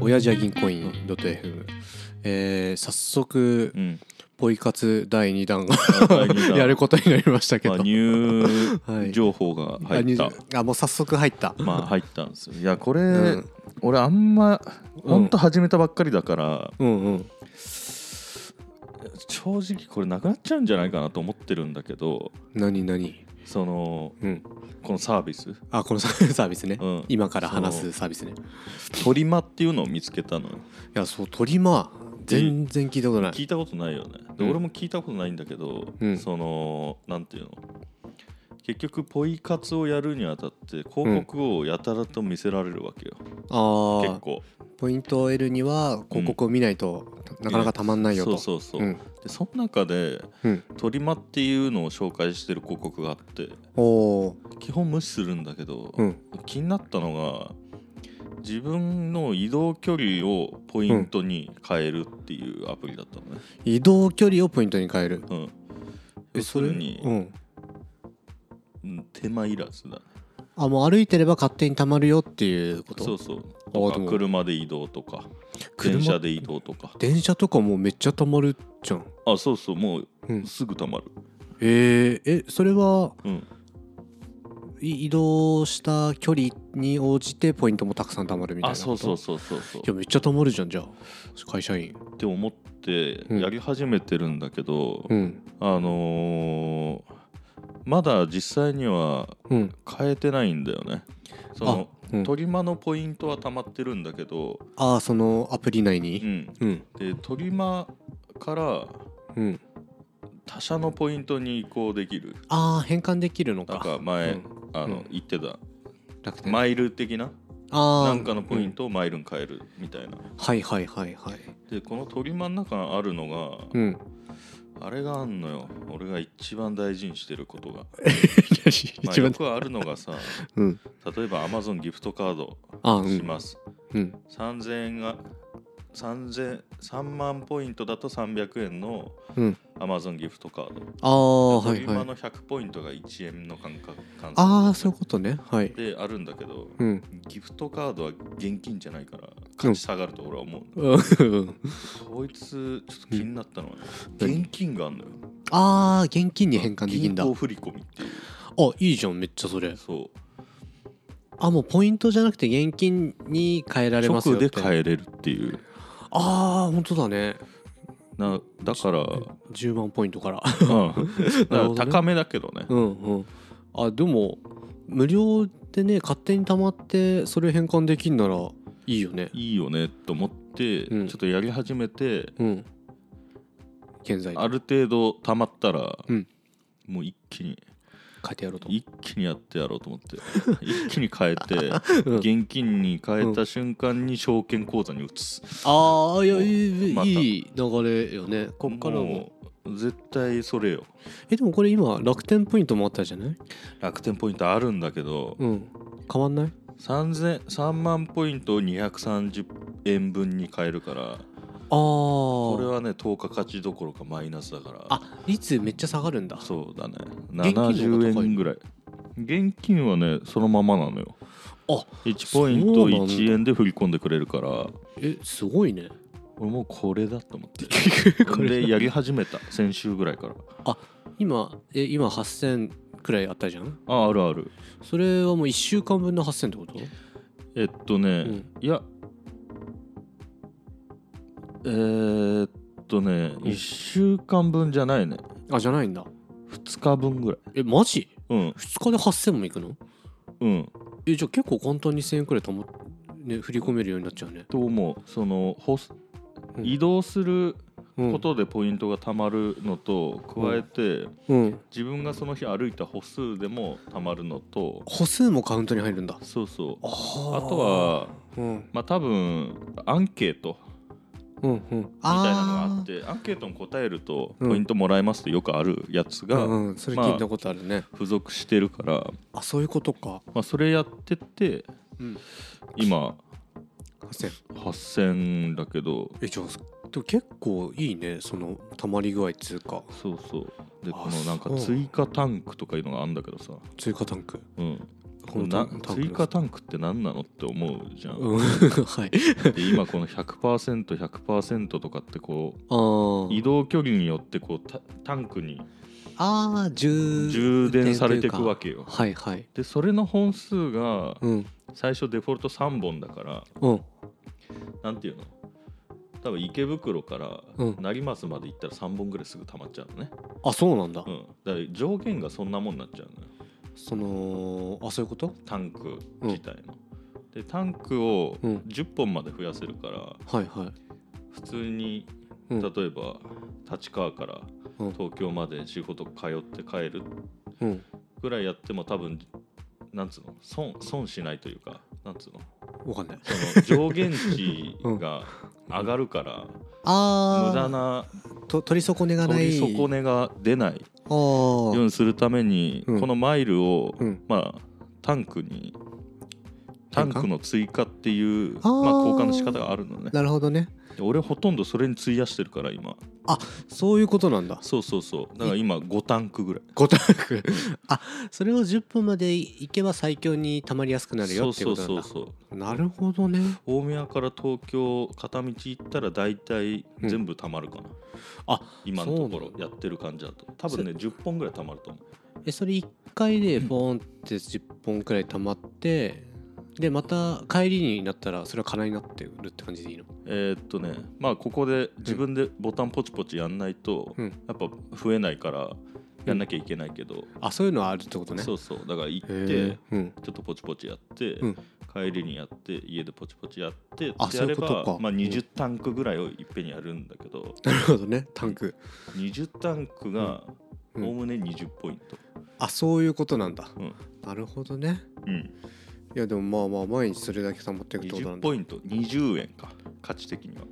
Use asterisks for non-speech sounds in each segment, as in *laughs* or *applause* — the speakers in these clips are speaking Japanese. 親父は銀行員 .fm、えー早速 *laughs* うんポイ活第2弾が第二弾やることになりましたけまどあ、入情報が入った、あ入あもう早速入ったまあ入ったんですよいやこれ、うん俺あんまうんほんと始めたばっかりだから、うんうん正直これなくなっちゃうんじゃないかなと思ってるんだけど何何そのうんこのサービスあこのササービスね、うん今から話すサービスねトリマっていうのを見つけたのよいやそうトリマー全然聞いたことない聞いたことないよねで、うん俺も聞いたことないんだけど、うんそのなんていうの結局ポイ活をやるにあたって広告をやたらと見せられるわけよ、あ結ー構ポイントを得るには広告を見ないと、なかなかたまんないよそとうそうそう、うんでその中でうんトリマっていうのを紹介してる広告があっておお基本無視するんだけど、うん気になったのが自分の移動距離をポイントに変えるっていうアプリだったのね、移動距離をポイントに変えるうんえ要するにそれうんうん手間いらずだねあもう歩いてれば勝手に溜まるよっていうことそうそうあとでかも車で移動とか車電車で移動とか電車とかもうめっちゃ溜まるじゃん、あそうそうもううん、すぐたまる、えー、えそれはうん、い移動した距離に応じてポイントもたくさん溜まるみたいなあことそうそうそうそうそういやめっちゃ溜まるじゃんじゃあ会社員って思ってうんやり始めてるんだけど、うんあのーまだ実際にはうん変えてないんだよねそのあうんトリマのポイントはたまってるんだけど、ああそのアプリ内うにん、うんでトリマからうん他社のポイントに移行できるああ変換できるのかなんか前、うんあうのん言ってた楽天マイル的なあーなんかのポイントをマイルに変えるみたいな、うんはいはいはいはいでこのトリマの中にあるのが、うん *laughs* あれがあんのよ俺が一番大事にしてることが、まあ、一よ番くあるのがさうん例えば Amazon ギフトカードあーします、うんうん3000円が3000 3万ポイントだと300円のうん Amazon ギフトカード、ああはトいリはいマの100ポイントが1円の感覚感ああそういうことねはいであるんだけど、うんギフトカードは現金じゃないから価値下がると俺は思う、うんこいつちょっと気になったのは、ね何現金があるのよ *laughs* ああ現金に変換できるんだ銀行振り込みっていうあいいじゃんめっちゃそれそうあもうポイントじゃなくて現金に変えられますよ直ってで変えれるっていうああ本当だねなだから、 *laughs* 10万ポイントからうん、なるほどね高めだけどねうんうんあでも無料でね勝手に貯まってそれ変換できんならいいよねいいよねと思って、うんちょっとやり始めて、うん現在ある程度たまったら、うんもう一気に変えてやろうと一気にやってやろうと思って *laughs* 一気に変えて、 *laughs* うん現金に変えた瞬間に証券口座に移す、ああいやいいまたいい流れよねこっからももう絶対それよえでもこれ今楽天ポイントもあったじゃない楽天ポイントあるんだけど、うん変わんない3000 3万ポイントを230円分に変えるからああここれはね10日勝ちどころかマイナスだからあ率めっちゃ下がるんだそうだね現金の方が高い70円ぐらい現金はねそのままなのよあ1ポインそトうなんだ1円で振り込んでくれるからえすごいね俺もうこれだと思って *laughs* これでやり始めた先週ぐらいから今え今8000くらいあったじゃんああるあるそれはもう1週間分の8000ってことえっとね、んいやえー、っとね、うん1週間分じゃないねあじゃないんだ2日分ぐらいえマジうん2日で8000もいくのうんえじゃあ結構簡単に1000円くらいたまね振り込めるようになっちゃうねと思うそのホスうん移動するうんことでポイントがたまるのと加えて、うん自分がその日歩いた歩数でもたまるのと歩数もカウントに入るんだそうそうあああとはうんまあ多分アンケートうんうんみみたいなのがあってアンケートに答えるとうんポイントもらえますってよくあるやつうがんうん、それ聞いたことあるね、付属してるから、あ、そういうことかまあ、それやってってうん今8000 8000だけどえじゃあでも結構いいねそのたまり具合っつうかそうそうであこのなんかそう追加タンクとかいうのがあるんだけどさ、追加タンクうん、このなタンク追加タンクって何なのって思うじゃん、うん *laughs* はいで今この 100%100% とかってこうあー移動距離によってこうタタンクにあー充充電されていくわけけよはいはいでそれの本数がうん最初デフォルト3本だからうんなんていうの多分池袋からうん成増まで行ったら3本ぐらいすぐ溜まっちゃうのね、あそうなんだ、うん、だから上限がそんなもんになっちゃうのよそのあそういうことタンク自体の、でタンクをうん10本まで増やせるからはいはい普通にう例んえば立川からうん東京まで仕事通って帰るうんぐらいやっても多分なんつうの損損しないというかなんつうのわかんない *laughs* その上限値うんが上がるから、ああ無駄なと取り損ねがな取いり損ねが出ないあーようにするために、うんこのマイルを、うんまあ、タンクにタ変ン換クの追加っていうあーまあ、交換の仕方があるのねなるほどねで俺ほとんどそれに費やしてるから今そういうことなんだそうそうそうだから今5タンクぐらい5タンクあそれを10分までいけば最強にたまりやすくなるそようっていうそことなんうそだうそうなるほどね大宮から東京片道行ったら大体全部たまるかな、あ今のとこそうなんろやってる感じだと多分ね10本ぐらいたまると思うえそれ1回でポーンって10本くらいたまってでまた帰りになったらそれは空になってるって感じでいいのえーっとねまあここで自分でボタンポチポチやんないと、うんやっぱ増えないからやんなきゃいけないけど、あそういうのはあるってことねそううそうだから行っへてえうん *laughs* ちょっとポチポチやって、うん帰りにやって家でポチポチやってあってやればそういうことかまあ、うん20タンクぐらいをいっぺんにやるんだけど、なるほどねタンク20タンクがおうんおむね20ポイント、あそういうことなんだうんなるほどねうんいやでもまあまあ毎日それだけたまっていくってことな20んだポイント20円か価値的には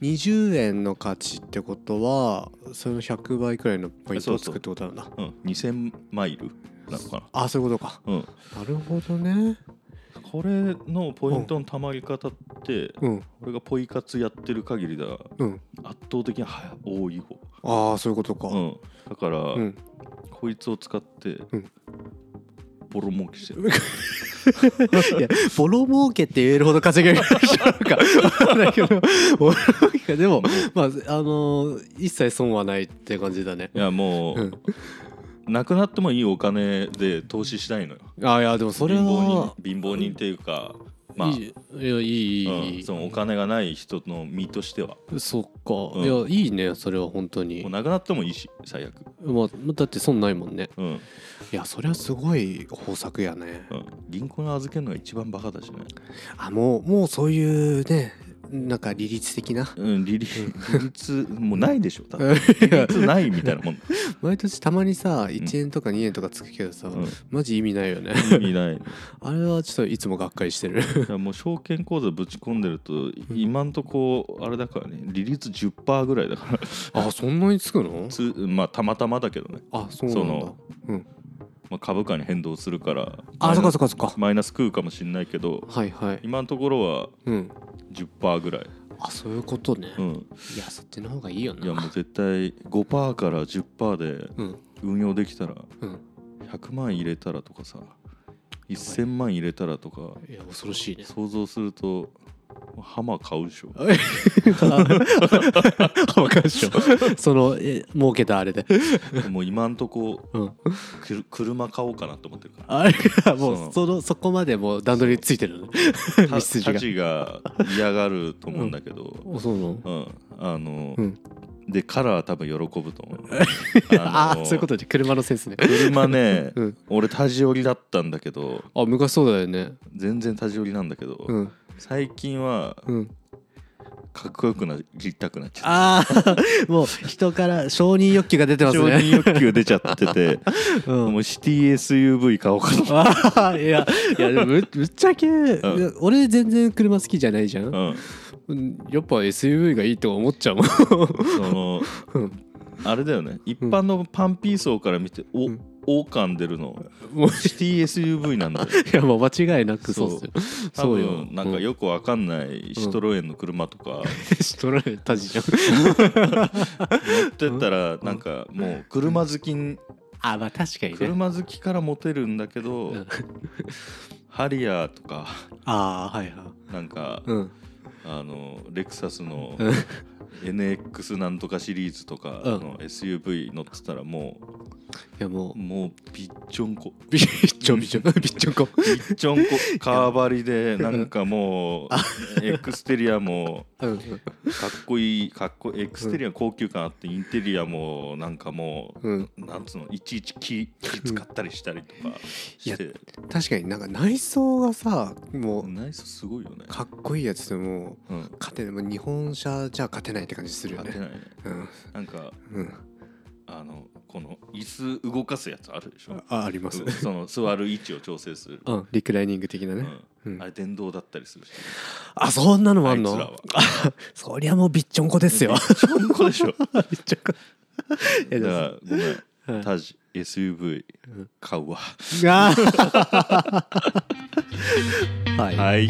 20円の価値ってことはその100倍くらいのポイントをつくってことなんだうん、2000マイルなのかあそういうことかな、うん、なるほどねこれのポイントのたまり方って、うん俺がポイ活やってる限りではうん圧倒的には多い方、ああそういうことかうん、だから、うんこいつを使って、うんボロ儲けしているやボロ儲けって言えるほど稼げる人なの *laughs* か分かんないけどボロ儲けかでもまああのー一切損はないって感じだねいや *laughs* もう、なくなってもいいお金で投資したいのよああいやでもそれ貧乏は人貧乏人っていうかまあいいいやいいいいいうんいそのお金がない人の身としてはそっか、うんいやいいねそれは本当にもうなくなってもいいし最悪、まあだって損ないもんねうんいやそれはすごい豊作やねうん、銀行に預けるのが一番バカだしね、あもうもうそういうねなんか利率的なうん、利利率もうないでしょだっ *laughs* いて利や率ないみたいなもん、毎年たまにさ1円とか2円とかつくけどさ、 *laughs* うんマジ意味ないよね意味ないあれはちょっといつもがっかりしてるいやもう証券口座ぶち込んでると今んとこあれだからね利率10%ぐらいだから *laughs* あそんなにつくのつまあたまたまだけどね、あそうなんだそのうん、まあ、株価に変動するからあそっかそっかそっかマイナス食うかもしれないけどはいはい今のところはうん10%ぐらい、あそういうことね、ういん、やそっちの方がいいよいやなもう絶対5%から10%でうん運用できたらうん100万入れたらとかさ1000万入れたらとかいや恐ろしいね想像するとハマ買うでし *laughs* ょわかるでしょ *laughs* そのえ儲けたあれ *laughs* でもう今んとこうんくる車買おうかなと思ってるからあれがもうそそのそこまでもう段取りついてるのねた道筋がたちが嫌がると思うんだけど、 *laughs* そうなのうんあの、うんでカラー多分喜ぶと *laughs* 思うあのあそういうことで車のセンスね車ね、うん俺タジ寄りだったんだけどあ昔そうだよね全然タジ寄りなんだけど、うん最近はうんかっこよくなりたくなっちゃっああもう人から承認欲求が出てまたす承認ね欲求出ちゃっててうんもうシティ SUV 買おうかとああ *laughs* いやいやでもぶぶっちゃけ、んいや俺全然車好きじゃないじゃん、思っうんて、やっぱ SUV *laughs* がいいと思っちゃうもんうん、そのうんあれだよね一般のパンピー層から見てお、うん王冠出るのもういシティ SUV なんだよやもう間違いなくそうっすよ *laughs* 多そうよ分なんかよくわかんないシトロエンの車とか *laughs* 取られたじゃん乗ってったらなんかもう車好きあまあ確かにね車好きからモテるんだけど、うんハリアーとかああはいはいなんか、うんあのレクサスのうん NX なんとかシリーズとかうんの SUV 乗ってたらもいやもうもうびっちょんこ *laughs* うびっちょびっちょびっちょんこびっちょんこカーバリでなんかもうエクステリアも *laughs* うんうんかっこいいかっこエクステリア高級感あってインテリアもなんかもう、うんなんつうのいちいち木木使ったりしたりとかして確かになんか内装がさもうナイスすごいよね。かっこいいやつでもうん勝てないもう日本車じゃ勝てないって感じするよ勝てねないねうんなんかうんあのこの椅子動かすやつあるでしょあありますうその座る位置を調整する、うんリクライニング的なうねんうんあれ電動だったりするしあそんなのもあんあいつのらはそりゃもうびっちょんこです *laughs* よびっちょんこでしょびっちょんこ *laughs* いやだでも *laughs* からごめはんいタジ SUV うん買うわ *laughs* あーはいはい